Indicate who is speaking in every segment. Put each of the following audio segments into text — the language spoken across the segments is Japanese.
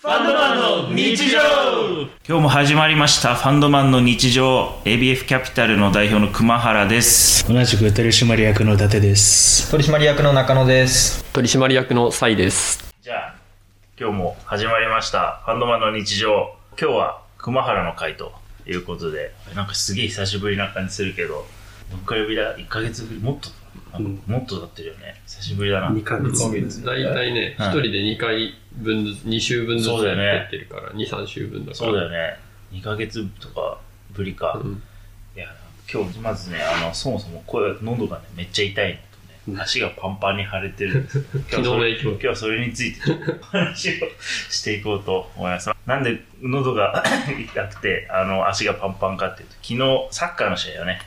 Speaker 1: ァンドマンの日常
Speaker 2: 今日も始まりましたファンドマンの日常 ABF キャピタルの代表の熊原です
Speaker 3: 同じく取締役の伊達です
Speaker 4: 取締役の中野です
Speaker 5: 取締役のサイです。
Speaker 2: じゃあ今日も始まりましたファンドマンの日常今日は熊原の会ということでなんかすげえ久しぶりな感じするけどどっからぶりだ1ヶ月ぶりもっとなんかもっと経ってるよね久しぶりだな
Speaker 3: 2ヶ月
Speaker 5: だいたいね、一、
Speaker 2: はい
Speaker 5: 人で2回分ずつ、2週分ずつ
Speaker 2: そうだよね
Speaker 5: やってるから、2、3週分だから。
Speaker 2: そうだよね2ヶ月とかぶりか、
Speaker 5: うん
Speaker 2: いや今日まずねあのそもそも声喉がねめっちゃ痛いのとね足がパンパンに腫れてるんです よ今
Speaker 5: 昨日
Speaker 2: はそ
Speaker 5: の
Speaker 2: れ
Speaker 5: 影響
Speaker 2: 今日はそれについてちょっと話をしていこうと思います なんで喉が 痛くてあの足がパンパンかっていうと昨日サッカーの試合をね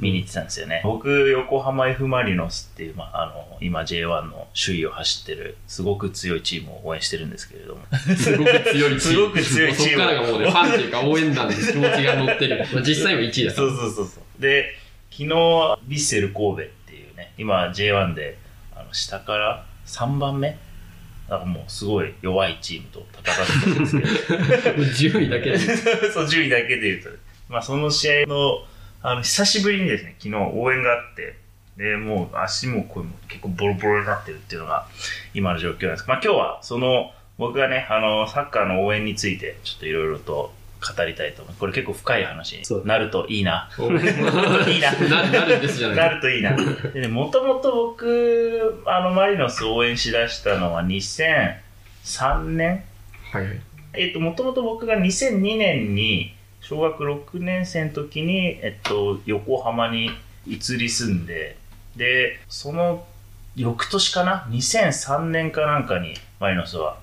Speaker 2: 見に行ってたんですよね僕横浜 F ・マリノスっていう、まあ、あの今 J1 の首位を走ってるすごく強いチームを応援してるんですけれ ども
Speaker 5: すごく強いチ ーム。
Speaker 2: すごく強いチーム
Speaker 5: そっからがもうね、ファンっていうか応援団で気持ちが乗って る。まあ、実際は1位だか
Speaker 2: そ
Speaker 5: ら。
Speaker 2: うそうそうそう。で、昨日、ヴィッセル神戸っていうね、今 J1 で、あの、下から3番目なんかもうすごい弱いチームと戦ってたんですけど、
Speaker 5: もう10位 だけで。
Speaker 2: そう、順位だけで言うと、まあ、その試合の、あの、久しぶりにですね、昨日応援があって、で、もう足も声も結構ボロボロになってるっていうのが、今の状況なんです。まあ、今日は、その、僕がね、あの、サッカーの応援について、ちょっといろいろと語りたいと思います。これ結構深い話になるといいな。
Speaker 5: おう
Speaker 2: いいな。
Speaker 5: ななるんですじゃ
Speaker 2: な
Speaker 5: ない
Speaker 2: るといい な。でね、もともと僕、あの、マリノス応援しだしたのは2003年
Speaker 5: はいはい。
Speaker 2: えっと、もともと僕が2002年に、小学6年生の時に、えっと、横浜に移り住んで、で、その翌年かな ?2003 年かなんかに、マリノスは、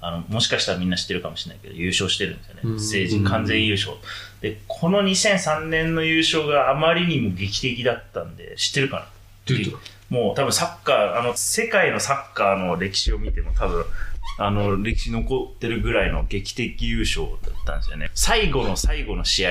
Speaker 2: あの、もしかしたらみんな知ってるかもしれないけど、優勝してるんですよね
Speaker 5: う。ん
Speaker 2: 成人完全優勝。で、この2003年の優勝があまりにも劇的だったんで、知ってるかな
Speaker 5: どういうこ
Speaker 2: もう多分サッカー、あの、世界のサッカーの歴史を見ても多分、あの、歴史残ってるぐらいの劇的優勝だったんですよね。最後の最後の試合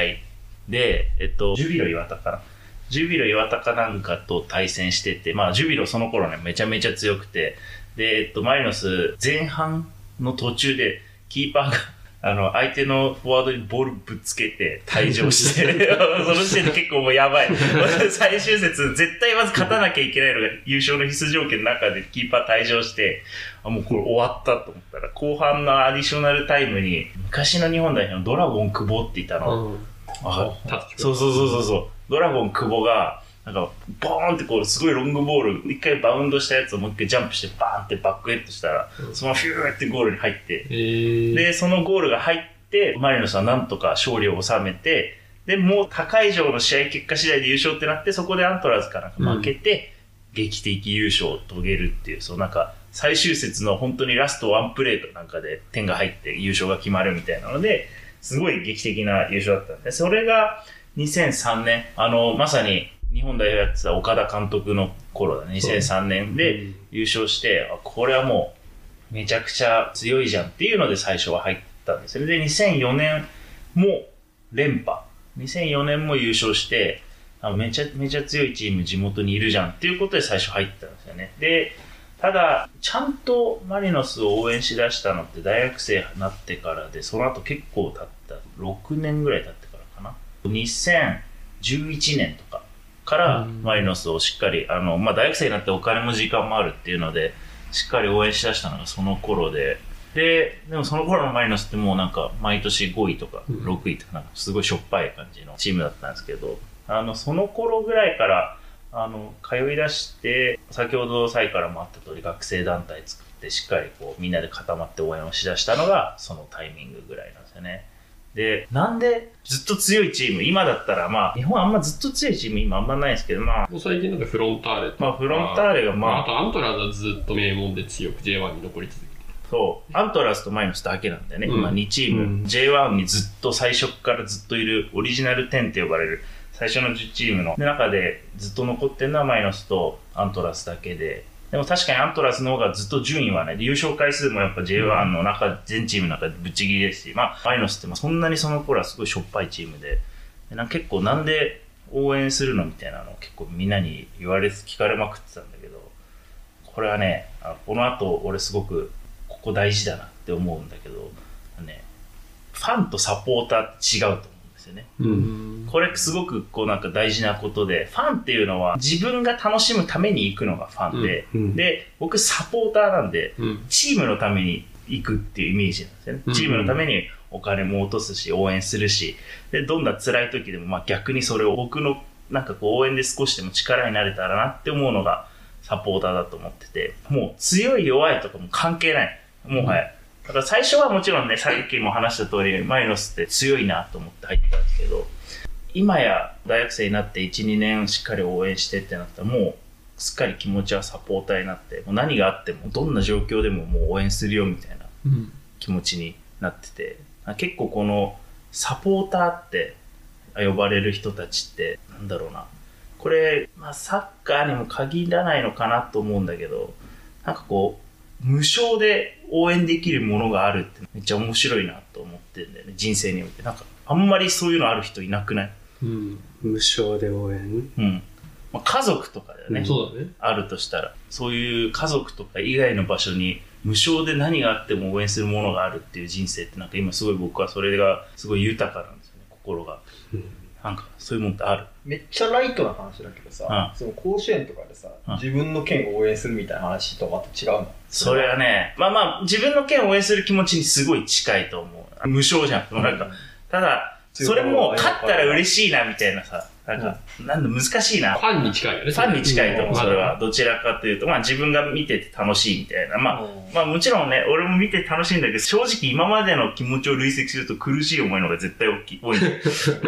Speaker 2: で、えっと、ジュビロ岩田かな。ジュビロ岩田かなんかと対戦してて、まあ、ジュビロその頃ね、めちゃめちゃ強くて、で、えっと、マリノス、前半の途中で、キーパーが、 あの、相手のフォワードにボールぶつけて退場して、 その時点で結構もうやばい。 最終節、絶対まず勝たなきゃいけないのが優勝の必須条件の中でキーパー退場して、あ、もうこれ終わったと思ったら、後半のアディショナルタイムに、昔の日本代表のドラゴン久保っていた
Speaker 5: と
Speaker 2: の。
Speaker 5: うん
Speaker 2: あ
Speaker 5: タッチ
Speaker 2: そうそうそうそうそう。ドラゴン久保が、なんか、ボーンってこう、すごいロングボール、一回バウンドしたやつをもう一回ジャンプして、バーンってバックヘッドしたら、そのままヒューってゴールに入って、
Speaker 5: えー、
Speaker 2: で、そのゴールが入って、マリノスはなんとか勝利を収めて、で、もう他会場の試合結果次第で優勝ってなって、そこでアントラーズかなんか負けて、劇的優勝を遂げるっていう、そのなんか、最終節の本当にラストワンプレーかなんかで点が入って優勝が決まるみたいなので、すごい劇的な優勝だったんで、それが2003年、あの、まさに日本代表やってた岡田監督の頃だね、2003年で優勝して、あこれはもうめちゃくちゃ強いじゃんっていうので最初は入ったんですよ。で、2004年も連覇。2004年も優勝して、あめちゃめちゃ強いチーム地元にいるじゃんっていうことで最初入ったんですよね。で、ただ、ちゃんとマリノスを応援しだしたのって大学生になってからで、その後結構経った、6年ぐらい経ってからかな。2011年とかから
Speaker 5: うん
Speaker 2: マリノスをしっかり、あの、まあ、大学生になってお金も時間もあるっていうので、しっかり応援しだしたのがその頃で、で、でもその頃のマリノスってもうなんか毎年5位とか
Speaker 5: うん
Speaker 2: 6位とかなんかすごいしょっぱい感じのチームだったんですけど、あの、その頃ぐらいから、あの、通い出して、先ほどサイからもあった通り学生団体作ってしっかりこうみんなで固まって応援をしだしたのがそのタイミングぐらいなんですよね。で、なんでずっと強いチーム、今だったらまあ、日本あんまずっと強いチーム今あんまないんですけど、まあ、
Speaker 5: もう最近なんかフロンターレとか
Speaker 2: まあフロンターレがまあ
Speaker 5: あとアントラーズはずっと名門で強く J1 に残り続けて
Speaker 2: そう、アントラーズとマイノスだけなんだよね、
Speaker 5: うん
Speaker 2: 今2チーム、J1 にずっと最初からずっといるオリジナル10って呼ばれる最初の10チームので中でずっと残ってるのはマイノスとアントラーズだけで、でも確かにアントラーズの方がずっと順位はね、優勝回数もやっぱ J1 の中、全チームの中でぶっちぎりですし、まあ、マイノスってまあそんなにその頃はすごいしょっぱいチームで、でなんか結構なんで応援するのみたいなのを結構みんなに言われず聞かれまくってたんだけど、これはね、あのこの後俺すごくここ大事だなって思うんだけど、ァンとサポーターって違うと思うんですよね。
Speaker 5: うん。
Speaker 2: これすごくこうなんか大事なことで、ファンっていうのは自分が楽しむために行くのがファンで、
Speaker 5: うんうん
Speaker 2: で、僕サポーターなんで、
Speaker 5: うん。
Speaker 2: チームのために行くっていうイメージなんですよね
Speaker 5: う。ん
Speaker 2: チームのためにお金も落とすし、応援するし、で、どんな辛い時でも、まあ逆にそれを僕のなんかこう応援で少しでも力になれたらなって思うのがサポーターだと思ってて、もう強い弱いとかも関係ない。もはや。だから最初はもちろんね、さっきも話した通り、マリノスって強いなと思って入ったんですけど、今や大学生になって1、2年しっかり応援してってなったら、もうすっかり気持ちはサポーターになって、もう何があっても、どんな状況でももう応援するよみたいな
Speaker 5: うん。
Speaker 2: 気持ちになってて、あ結構このサポーターって呼ばれる人たちって、なんだろうな、これ、まあ、サッカーにも限らないのかなと思うんだけど、なんかこう、無償で応援できるものがあるってめっちゃ面白いなと思ってるんだよね、人生において。なんか、あんまりそういうのある人いなくない
Speaker 5: うん。
Speaker 1: 無償で応援
Speaker 2: うん。まあ、家族とかだよね。
Speaker 5: そうだね。
Speaker 2: あるとしたらそういう家族とか以外の場所に無償で何があっても応援するものがあるっていう人生ってなんか今すごい僕はそれがすごい豊かなんですよね心が、
Speaker 1: うん
Speaker 2: なんかそういうもんってある
Speaker 4: めっちゃライトな話だけどさ、
Speaker 2: う
Speaker 4: その甲子園とかでさ、
Speaker 2: うん
Speaker 4: 自分の県を応援するみたいな話とまた違うの
Speaker 2: それはねまあまあ自分の県を応援する気持ちにすごい近いと思う無償じゃんもうなんかただそれも勝ったら嬉しいなみたいなさなんか、なんだ難しいな
Speaker 5: ファンに近いよね。
Speaker 2: ファンに近いと思
Speaker 5: う
Speaker 2: うんそれは。どちらかというと、まあ自分が見てて楽しいみたいな。まあ
Speaker 4: う、ん
Speaker 2: まあもちろんね、俺も見て楽しいんだけど、正直今までの気持ちを累積すると苦しい思いの方が絶対大きい。多い。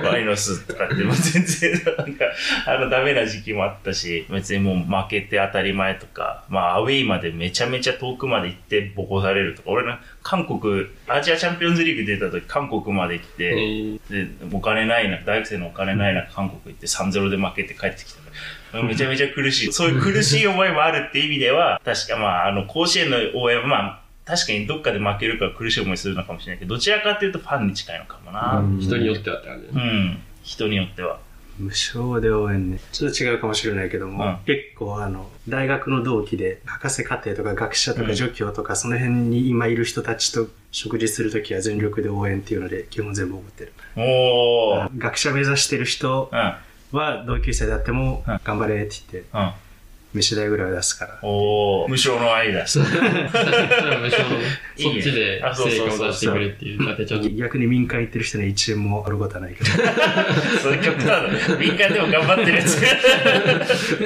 Speaker 2: マイノスとかって、まあ全然なんか、あのダメな時期もあったし、別にもう負けて当たり前とか、まあアウェイまでめちゃめちゃ遠くまで行ってボコされるとか、俺の韓国、アジアチャンピオンズリーグ出た時韓国まで行って、
Speaker 5: え
Speaker 2: で、お金ないな、大学生のお金ないな、韓国行って3-0で負けて帰ってきたから、めちゃめちゃ苦 しい。そういう苦しい思いもあるって意味では、確かまあ、あの、甲子園の応援は、まあ、確かにどっかで負けるから苦しい思いするのかもしれないけど、どちらかというとファンに近いのかもな。
Speaker 5: ー人によってはってあるね
Speaker 2: うん。。人によっては。
Speaker 1: 無償で応援ねちょっと違うかもしれないけども、
Speaker 2: うん
Speaker 1: 結構あの大学の同期で博士課程とか学者と
Speaker 2: う
Speaker 1: か
Speaker 2: ん
Speaker 1: 助教とか、その辺に今いる人たちと食事するときは全力で応援っていうので基本全部思ってる
Speaker 2: おー。
Speaker 1: 学者目指してる人
Speaker 2: うん。
Speaker 1: は同級生であっても
Speaker 2: うん
Speaker 1: 頑張れって言って
Speaker 2: うん。
Speaker 1: 飯代ぐらいは出すから
Speaker 2: おー。無償の愛だ。
Speaker 5: 確かにそれは無償のね
Speaker 2: い いね
Speaker 5: そっちで
Speaker 2: あそう
Speaker 5: 成
Speaker 2: そうそう
Speaker 5: 果を出してくれっていう伊達ちゃんの。
Speaker 1: 逆に民間行ってる人には1円もあることはないけ ど
Speaker 2: そういう曲なの。民間でも頑張ってるや つ。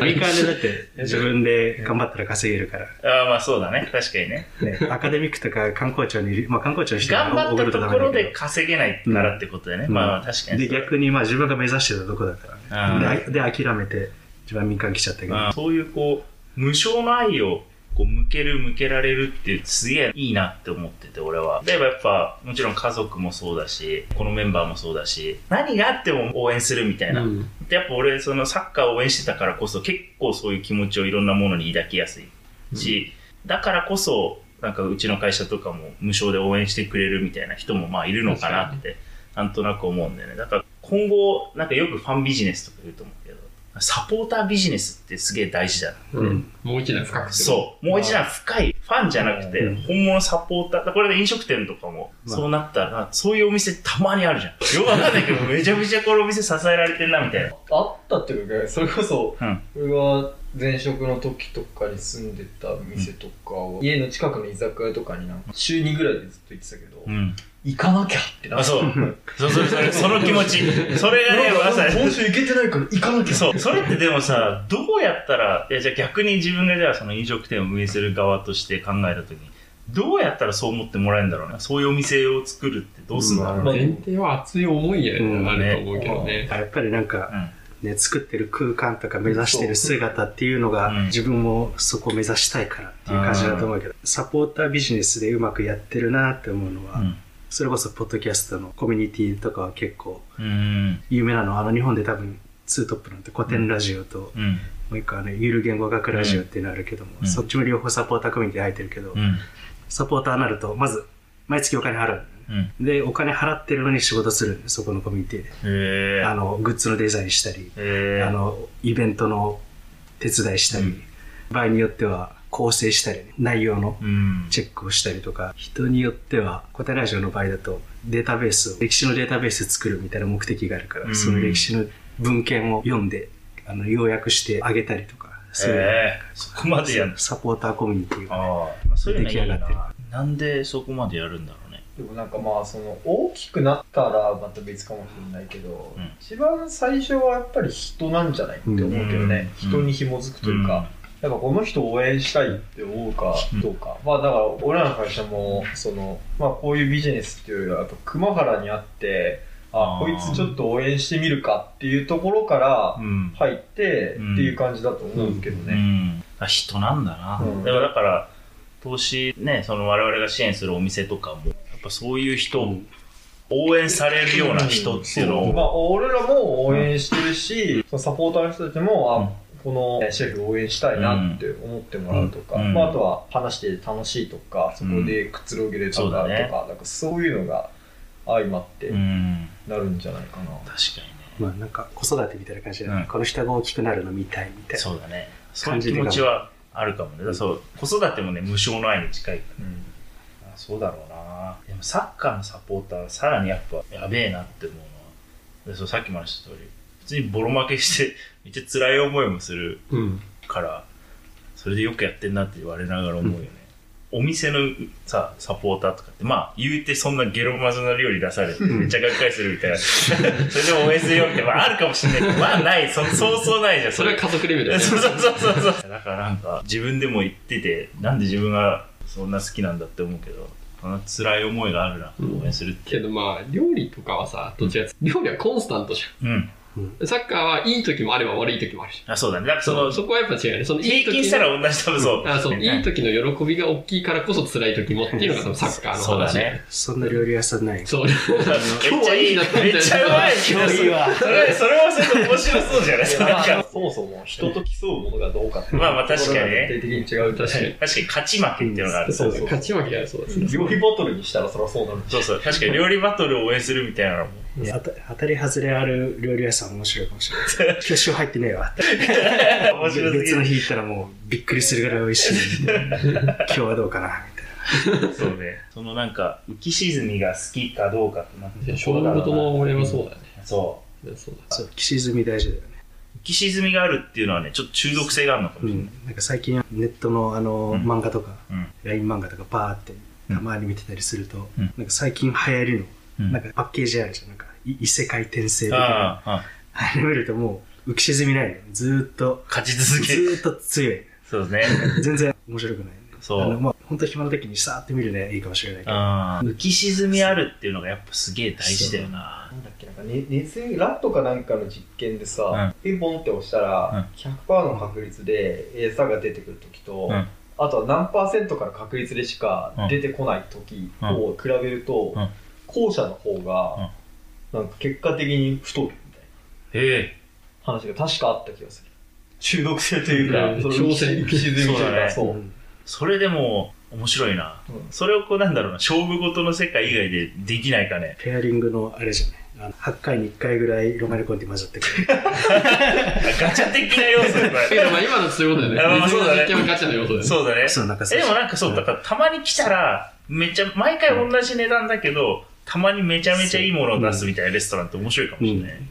Speaker 1: 民間でだって自分で頑張ったら稼げるから
Speaker 2: ああ、まあそうだね。確かにね。
Speaker 1: ね、アカデミックとか観光庁に、まあ、観光庁の人
Speaker 2: 頑張ったところで
Speaker 1: ど
Speaker 2: 稼げないからってことだよね。まあまあ確かに。
Speaker 1: で逆にまあ自分が目指してたとこだから
Speaker 2: うん
Speaker 1: ね、であで諦めて自分は民間来ちゃったけど、
Speaker 2: うんそういうこう無償の愛をこう向ける向けられるってすげえいいなって思ってて俺は例えばやっぱもちろん家族もそうだしこのメンバーもそうだし何があっても応援するみたいな、
Speaker 5: うん
Speaker 2: でやっぱ俺そのサッカーを応援してたからこそ結構そういう気持ちをいろんなものに抱きやすいし、だからこそなんかうちの会社とかも無償で応援してくれるみたいな人もまあいるのかなってなんとなく思うんだよねだから今後なんかよくファンビジネスとか言うと思うけどサポータービジネスってすげえ大事だな
Speaker 5: うんもう一段深くても。
Speaker 2: そう。もう一段深い、ファンじゃなくて、本物サポーター。これで飲食店とかも、
Speaker 1: まあ
Speaker 2: そうなったら、そういうお店たまにあるじゃん。よくわかんないけど、めちゃめちゃこのお店支えられてんな、みたいな。
Speaker 4: あったっていうかそれこそ
Speaker 2: うん。
Speaker 4: 俺は前職の時とかに住んでた店とかを、家の近くの居酒屋とかになんか週2ぐらいでずっと行ってたけど、
Speaker 2: うん。
Speaker 4: 行かなきゃってな
Speaker 2: あ、そう。そう、それ、それ、その気持ち。それがね、まさ
Speaker 4: 今
Speaker 2: に。
Speaker 4: 週行けてないから行かなきゃ
Speaker 2: そう。それってでもさ、どうやったら、いや、じゃあ逆に自分がじゃあその飲食店を運営する側として考えたときに、どうやったらそう思ってもらえるんだろうね。そういうお店を作るってどうすんだろう。
Speaker 5: まあ前提は熱い思いやね
Speaker 1: うん
Speaker 5: あると思うけどね。
Speaker 1: やっぱりなん
Speaker 2: う
Speaker 1: か、
Speaker 2: ん。
Speaker 1: ね、作ってる空間とか目指してる姿っていうのが、
Speaker 2: うん
Speaker 1: 自分もそこを目指したいからっていう感じだと思うけど、サポータービジネスでうまくやってるなって思うのは、
Speaker 2: うん
Speaker 1: それこそポッドキャストのコミュニティとかは結構
Speaker 2: うん。
Speaker 1: 有名なのはあの日本で多分ツートップなんて古典ラジオと、
Speaker 2: うん。
Speaker 1: もう一個あのゆる言語学ラジオっていうのあるけども、
Speaker 2: うん
Speaker 1: そっちも両方サポーターコミュニティ入ってるけど、
Speaker 2: うん。
Speaker 1: サポーターになるとまず毎月お金払う
Speaker 2: うん。
Speaker 1: でお金払ってるのに仕事するそこのコミュニティで、
Speaker 2: へえ。
Speaker 1: あのグッズのデザインしたり、
Speaker 2: へえ。
Speaker 1: あのイベントの手伝いしたり、
Speaker 2: うん
Speaker 1: 場合によっては構成したりね、内容の
Speaker 2: うん。
Speaker 1: チェックをしたりとか、人によっては、古典ラジオの場合だと、データベースを、歴史のデータベース作るみたいな目的があるから、
Speaker 2: うん
Speaker 1: その歴史の文献を読んで、あの、要約してあげたりとか、そういう、
Speaker 2: ええそこまでやんの
Speaker 1: サポーターコミュニティが
Speaker 2: ああ、そういうのいい
Speaker 1: 出来上がってる
Speaker 2: な。なんでそこまでやるんだろうね。
Speaker 4: でもなんかまあその大きくなったらまた別かもしれないけど、
Speaker 2: うん
Speaker 4: 一番最初はやっぱり人なんじゃないって思うけどね、
Speaker 2: うん
Speaker 4: 人に紐づくというか、やっぱこの人を応援したいって思うかどうか、まあだから俺らの会社もその、まあ、こういうビジネスっていうよりはやっぱ熊原にあってあ
Speaker 2: あ
Speaker 4: こ
Speaker 2: ー
Speaker 4: いつちょっと応援してみるかっていうところから
Speaker 2: うん。
Speaker 4: 入ってって
Speaker 2: うん
Speaker 4: いう感じだと思うけど
Speaker 2: う
Speaker 4: ね。
Speaker 2: ん。あ人なんだな。
Speaker 4: うん
Speaker 2: だから、だから、投資ね、その我々が支援するお店とかも、やっぱそういう人を応援されるような人っていうの
Speaker 4: まあ、
Speaker 2: を、
Speaker 4: 俺らも応援してるし、そのサポーターの人たちも、あ、このシェフ応援したいなって思ってもらうとか、
Speaker 2: うん
Speaker 4: まあ、あとは話してて楽しいとかそこでくつろげれたか
Speaker 2: うんそう
Speaker 4: とか,、
Speaker 2: だね
Speaker 4: なんかそういうのが相まって
Speaker 2: うん。
Speaker 4: なるんじゃないかな、
Speaker 2: 確かにね。
Speaker 1: まあなんか子育てみたいな感じで、
Speaker 2: うん
Speaker 1: この人が大きくなるの見たいみたいな。
Speaker 2: そうだね。そうい
Speaker 1: 感
Speaker 2: う
Speaker 1: じ
Speaker 2: 気
Speaker 1: で
Speaker 2: 持ちはあるかもね。だからそう、子育てもね、無償の愛に近いから。
Speaker 4: うん
Speaker 2: あそうだろうなでもサッカーのサポーターさらにやっぱやべえなって思うのはでそうさっきも話した通り普通にボロ負けしてめっちゃ辛い思いもする
Speaker 1: うん。
Speaker 2: からそれでよくやってんなって言われながら思うよね、お店のさサポーターとかってまあ言うてそんなゲロマズな料理出されてめっちゃがっかりするみたいな それでも応援するよってまああるかもしれないけどまあないそそうそうないじゃん
Speaker 5: それは家族レベルだよ ね
Speaker 2: そうそうそうそうそう。だからなんか、自分でも言ってて、なんで自分がそんな好きなんだって思うけど、その辛い思いがあるな、応援するっ
Speaker 5: け
Speaker 2: て。
Speaker 5: どまあ、料理とかはさ、どっちかって料理はコンスタントじ
Speaker 2: うん。
Speaker 5: ゃん。サッカーはいい時もあれば悪い時もあるじゃん。
Speaker 2: あ、そうだね。だからそ
Speaker 5: そ
Speaker 2: の、
Speaker 5: こはやっぱ違うよね。そのいい
Speaker 2: 平
Speaker 5: 時
Speaker 2: 均
Speaker 5: の
Speaker 2: したら同じ多分そう。
Speaker 5: あそう、いい
Speaker 2: ね
Speaker 5: 時の喜びが大きいからこそ辛い時もっていうのが多分サッカーの話。
Speaker 2: そうだ。ね。
Speaker 1: そんな料理屋さんない。
Speaker 5: そう。
Speaker 2: めっちゃいい
Speaker 5: 今日はいいな
Speaker 2: めっちゃうまい。
Speaker 1: 今日い いわ
Speaker 2: それ、それはそれで面白そうじゃないです
Speaker 4: まあ
Speaker 2: か。
Speaker 4: そもそも人と競うものがどうかって
Speaker 2: まあまあ確かにね
Speaker 4: 徹底的に違う
Speaker 5: 確かに。
Speaker 2: 確かに勝ち負けっていうのがある。
Speaker 4: そ
Speaker 2: そうう
Speaker 4: そう
Speaker 5: 勝ち負けがそう ですね。
Speaker 4: 料理ボトルにしたらそりゃそうなる
Speaker 2: そう確かに料理バトルを応援するみたいな のも。
Speaker 1: いや当た当たり外れある料理屋さん面白いかもしれ ない。決勝入ってねえわ。
Speaker 2: 面白すぎる。
Speaker 1: 別の日行ったらもうびっくりするぐらい美味 しい。今日はどうかなみたい
Speaker 2: そうね。そのなんか、浮き沈みが好きかどうかってなって
Speaker 5: い
Speaker 2: る
Speaker 5: や
Speaker 2: と
Speaker 5: 勝
Speaker 2: ころだ
Speaker 5: 負
Speaker 2: ろうな
Speaker 5: 事も俺はそうだね。
Speaker 2: そう。
Speaker 5: そうだ
Speaker 1: な。そう、岸積み大事だよね。
Speaker 2: 浮き沈みがあるっていうのはね、ちょっと中毒性があるのか
Speaker 1: う
Speaker 2: もしれない。
Speaker 1: ん。なんか最近ネットのあの、
Speaker 2: うん
Speaker 1: 漫画とか、
Speaker 2: うん。
Speaker 1: LINE 漫画とかバーって
Speaker 2: うん
Speaker 1: たまに見てたりすると、
Speaker 2: うん
Speaker 1: なんか最近流行りの、
Speaker 2: うん
Speaker 1: なんかパッケージあるじゃん。なんかい異世界転生みたいな。
Speaker 2: ああ、あ
Speaker 1: あれ見るともう浮き沈みないよね。ずーっと、
Speaker 2: 勝ち
Speaker 1: ず
Speaker 2: 続ける。
Speaker 1: ーっと強い。
Speaker 2: そうですね。
Speaker 1: 全然面白くない、ね。
Speaker 2: そう
Speaker 1: あの、まあ、本当暇な時にさーって見るね、いいかもしれないけど。
Speaker 2: ああ浮き沈みあるっていうのがやっぱすげえ大事だよな。
Speaker 4: なんだっけなんか、ね、熱ラットかなんかの実験でさ、
Speaker 2: うん
Speaker 4: ピンポンって押したら、100%の確率で餌が出てくる時と、
Speaker 2: うん
Speaker 4: あとは何パーセントから確率でしか出てこない時を比べると、
Speaker 2: うん
Speaker 4: 後者の方が、なんか結果的に太るみたい
Speaker 2: え
Speaker 4: な話が確かあった気がする中毒性というか、
Speaker 5: うん
Speaker 4: その
Speaker 5: 挑戦
Speaker 4: 浮き沈みという
Speaker 2: そうだ
Speaker 4: か
Speaker 2: ね
Speaker 4: そうう、
Speaker 1: ん
Speaker 2: それでも面白いな。
Speaker 4: うん
Speaker 2: それをこうなんだろうな、勝負事の世界以外でできないか ね。
Speaker 1: ペアリングのあれじゃないあの ?8 回に1回ぐらいロマネコンって混ざってく る。
Speaker 2: あガチャ的な要素と
Speaker 5: け どまあ今のそういうことだ
Speaker 2: あ
Speaker 5: よね。
Speaker 2: まあそ
Speaker 5: 水
Speaker 2: う
Speaker 5: の
Speaker 2: だね
Speaker 5: 実験はガチャの要素だよね。
Speaker 2: そうだね。
Speaker 1: そう、なんか
Speaker 2: えでもなんかそう、だからたまに来たら、めっちゃ、毎回同じ値段だけど、たまにめちゃめちゃいいものを出すみたいなレストランって面白いかもしれない。
Speaker 1: ね、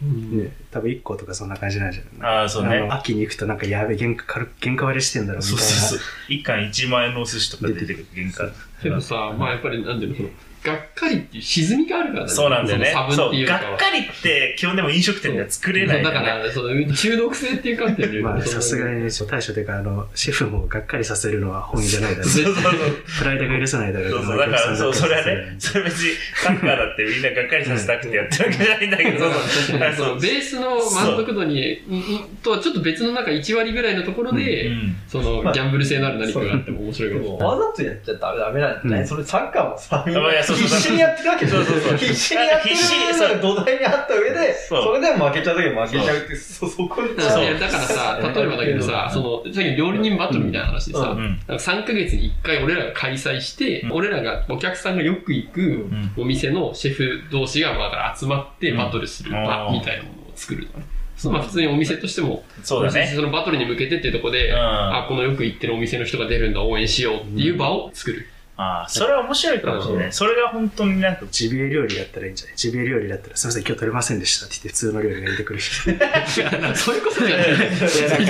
Speaker 1: 多分1個とかそんな感じなんじゃない
Speaker 2: ああ、そう
Speaker 1: あ
Speaker 2: ね
Speaker 1: の。秋に行くとなんかやべえ、原価軽く原価割れしてんだろみたい
Speaker 2: そう
Speaker 1: な。
Speaker 2: そうそう。一貫1万円のお寿司とか出てくる原価。
Speaker 5: けどさ、まあやっぱりなんていうの、その、がっかりっていう沈みがあるからね。
Speaker 2: そうなんだよね
Speaker 5: その。差分
Speaker 2: そ
Speaker 5: って
Speaker 2: う、
Speaker 5: いうかは。
Speaker 2: がっかりって基本でも飲食店では作れないよ
Speaker 5: そう
Speaker 2: ね。
Speaker 5: だから、その中毒性っていう観点で言うと
Speaker 1: まあ、さすがにね、大将というか、あの、シェフもがっかりさせるのは本意じゃないだろう
Speaker 2: そうそうそう。
Speaker 1: プライドが許さないだろ
Speaker 2: そう
Speaker 1: う
Speaker 2: そう、だから、そう、それはね、それ別に、サッカーだってみんながっかりさせたくてやってるわけじゃないんだけど、そう
Speaker 5: 確かにそ
Speaker 2: そう
Speaker 5: のベースの満足度に、うんうんとはちょっと別の中1割ぐらいのところで、
Speaker 2: うん
Speaker 5: そのギャンブル性のある何かがあっても面白い
Speaker 4: で
Speaker 5: かもし
Speaker 4: も
Speaker 5: れな
Speaker 4: わ
Speaker 5: い。
Speaker 4: ざとやっちゃダメダメなんじゃない、
Speaker 1: うん
Speaker 4: それサッカーもさ、みん
Speaker 2: まあ
Speaker 4: な
Speaker 2: いやそうそう
Speaker 4: 必死にやってるわけじゃん。
Speaker 2: そうそうそう
Speaker 4: 必死にやってる
Speaker 2: 必死にそう
Speaker 4: 土台にあった上で、
Speaker 2: そう
Speaker 4: それでも負けちゃうときは負けちゃうって、そ、そこに。
Speaker 5: だからねだからさ、例えばだけどさ、その、さっき料理人バトルみたいな話でさ、
Speaker 4: うん
Speaker 2: うん。
Speaker 5: なんか3ヶ月に1回俺らが開催して、
Speaker 2: うん
Speaker 5: 俺らがお客さんがよく行くお店のシェフ同士がまあだから集まってバトルする
Speaker 2: うん
Speaker 5: 場
Speaker 2: あー
Speaker 5: みたいなものを作るとかね、まあ普通にお店としても、
Speaker 2: そうだね。
Speaker 5: そのバトルに向けてっていうところで、
Speaker 2: うん
Speaker 5: あ、このよく行ってるお店の人が出るんだ、応援しようっていう場を作る。
Speaker 2: ああ、それは面白いかもしれない。それが本当になんか、
Speaker 1: ジビエ料理だったらいいんじゃないジビエ料理だったら、すみません、今日取れませんでしたって言って、普通の料理が出てくるし。
Speaker 5: そういうことじゃない。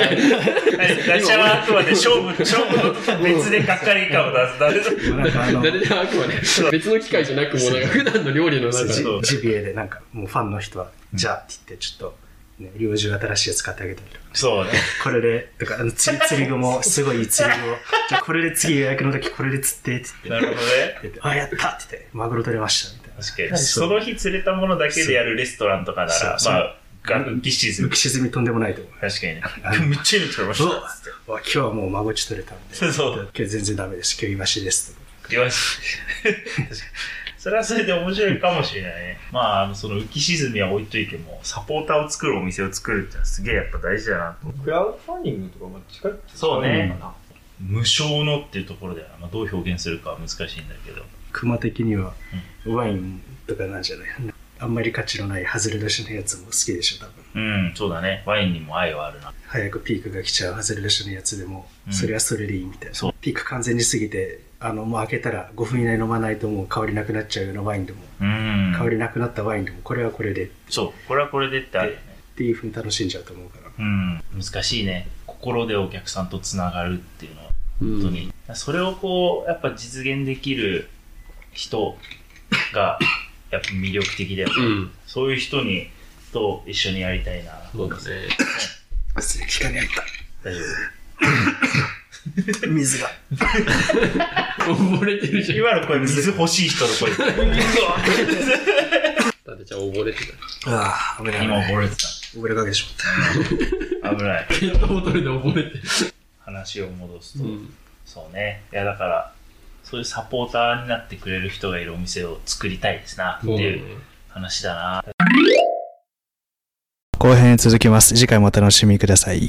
Speaker 2: 会社はあくまで勝負、勝負と別でがっかり感を出す。
Speaker 1: もうなんかあの、
Speaker 5: 誰でもあくまで別の機会じゃなくもうなんか普段の料理の中で
Speaker 1: ジ
Speaker 2: そう
Speaker 1: ジビエでなんか、もうファンの人は、じゃあって言って、ちょっと、ね、猟銃新しいやつ買ってあげたりとか。
Speaker 2: そうね。
Speaker 1: これで、とか、あの釣り釣り具も、すごいいい釣り具を、じゃあこれで次予約の時これで釣ってって言
Speaker 2: なるほどね。
Speaker 1: って、あ、やったって言って、マグロ取れましたみたいな。
Speaker 2: 確かに。その日釣れたものだけでやるレストランとかなら、
Speaker 1: そう
Speaker 2: まあ、がぎっしりする
Speaker 1: 浮。き沈みとんでもないと思う。
Speaker 2: 確かにね。めっちゃいいの取れまし
Speaker 1: う
Speaker 2: た
Speaker 1: わ。うわ今日はもうマゴチ取れたんで、
Speaker 2: そうそう。
Speaker 1: 今日全然ダメです。今日イワシですとか。
Speaker 2: よし。 それはそれで面白いかもしれないね。まあ、あのその浮き沈みは置いといても、サポーターを作るお店を作るってのはすげえやっぱ大事だなと思う。
Speaker 4: クラウドファンディングとかも近い
Speaker 2: そうね
Speaker 4: かな
Speaker 2: 無償のっていうところでは、まあ、どう表現するかは難しいんだけど。
Speaker 1: 熊的には、ワインとかなんじゃないあんまり価値のない外れ年のやつも好きでしょ、多分。
Speaker 2: うん、そうだね。ワインにも愛はあるな。
Speaker 1: 早くピークが来ちゃう外れ年のやつでも、
Speaker 2: うん
Speaker 1: それはそれでいいみたい
Speaker 2: そ
Speaker 1: な。ピーク完全に過ぎて、あの、もう開けたら5分以内飲まないともう香りなくなっちゃうようなワインでも、
Speaker 2: うん。
Speaker 1: 香りなくなったワインでも、これはこれでっ
Speaker 2: そう、これはこれでってあるよね。
Speaker 1: ていうふうに楽しんじゃうと思うから。
Speaker 2: うん。難しいね。心でお客さんとつながるっていうのは。
Speaker 5: うん
Speaker 2: 本当に、それをこうやっぱ実現できる人がやっぱ魅力的だよね、
Speaker 5: うん。
Speaker 2: そういう人にと一緒にやりたいな
Speaker 5: そうだね。
Speaker 1: 忘れ聞かにあっ
Speaker 2: 大丈
Speaker 1: た。水が。
Speaker 5: 溺れてるじ
Speaker 2: 夫
Speaker 5: ゃん。
Speaker 2: 今の声水欲しい人の声
Speaker 5: だってちゃん溺れてた。
Speaker 1: ああ、危ない危
Speaker 2: 今
Speaker 1: ない。
Speaker 2: 溺れて
Speaker 1: 溺れかけてしまった。
Speaker 2: た危ない
Speaker 5: ペットボトルで溺れてる。
Speaker 2: 話を戻す
Speaker 5: う
Speaker 2: と、
Speaker 5: ん。
Speaker 2: そうねいやだからそういうサポーターになってくれる人がいるお店を作りたいですなって
Speaker 5: そうだ
Speaker 2: い
Speaker 5: ね
Speaker 2: う。話だな
Speaker 1: 後編続きます。次回もお楽しみください。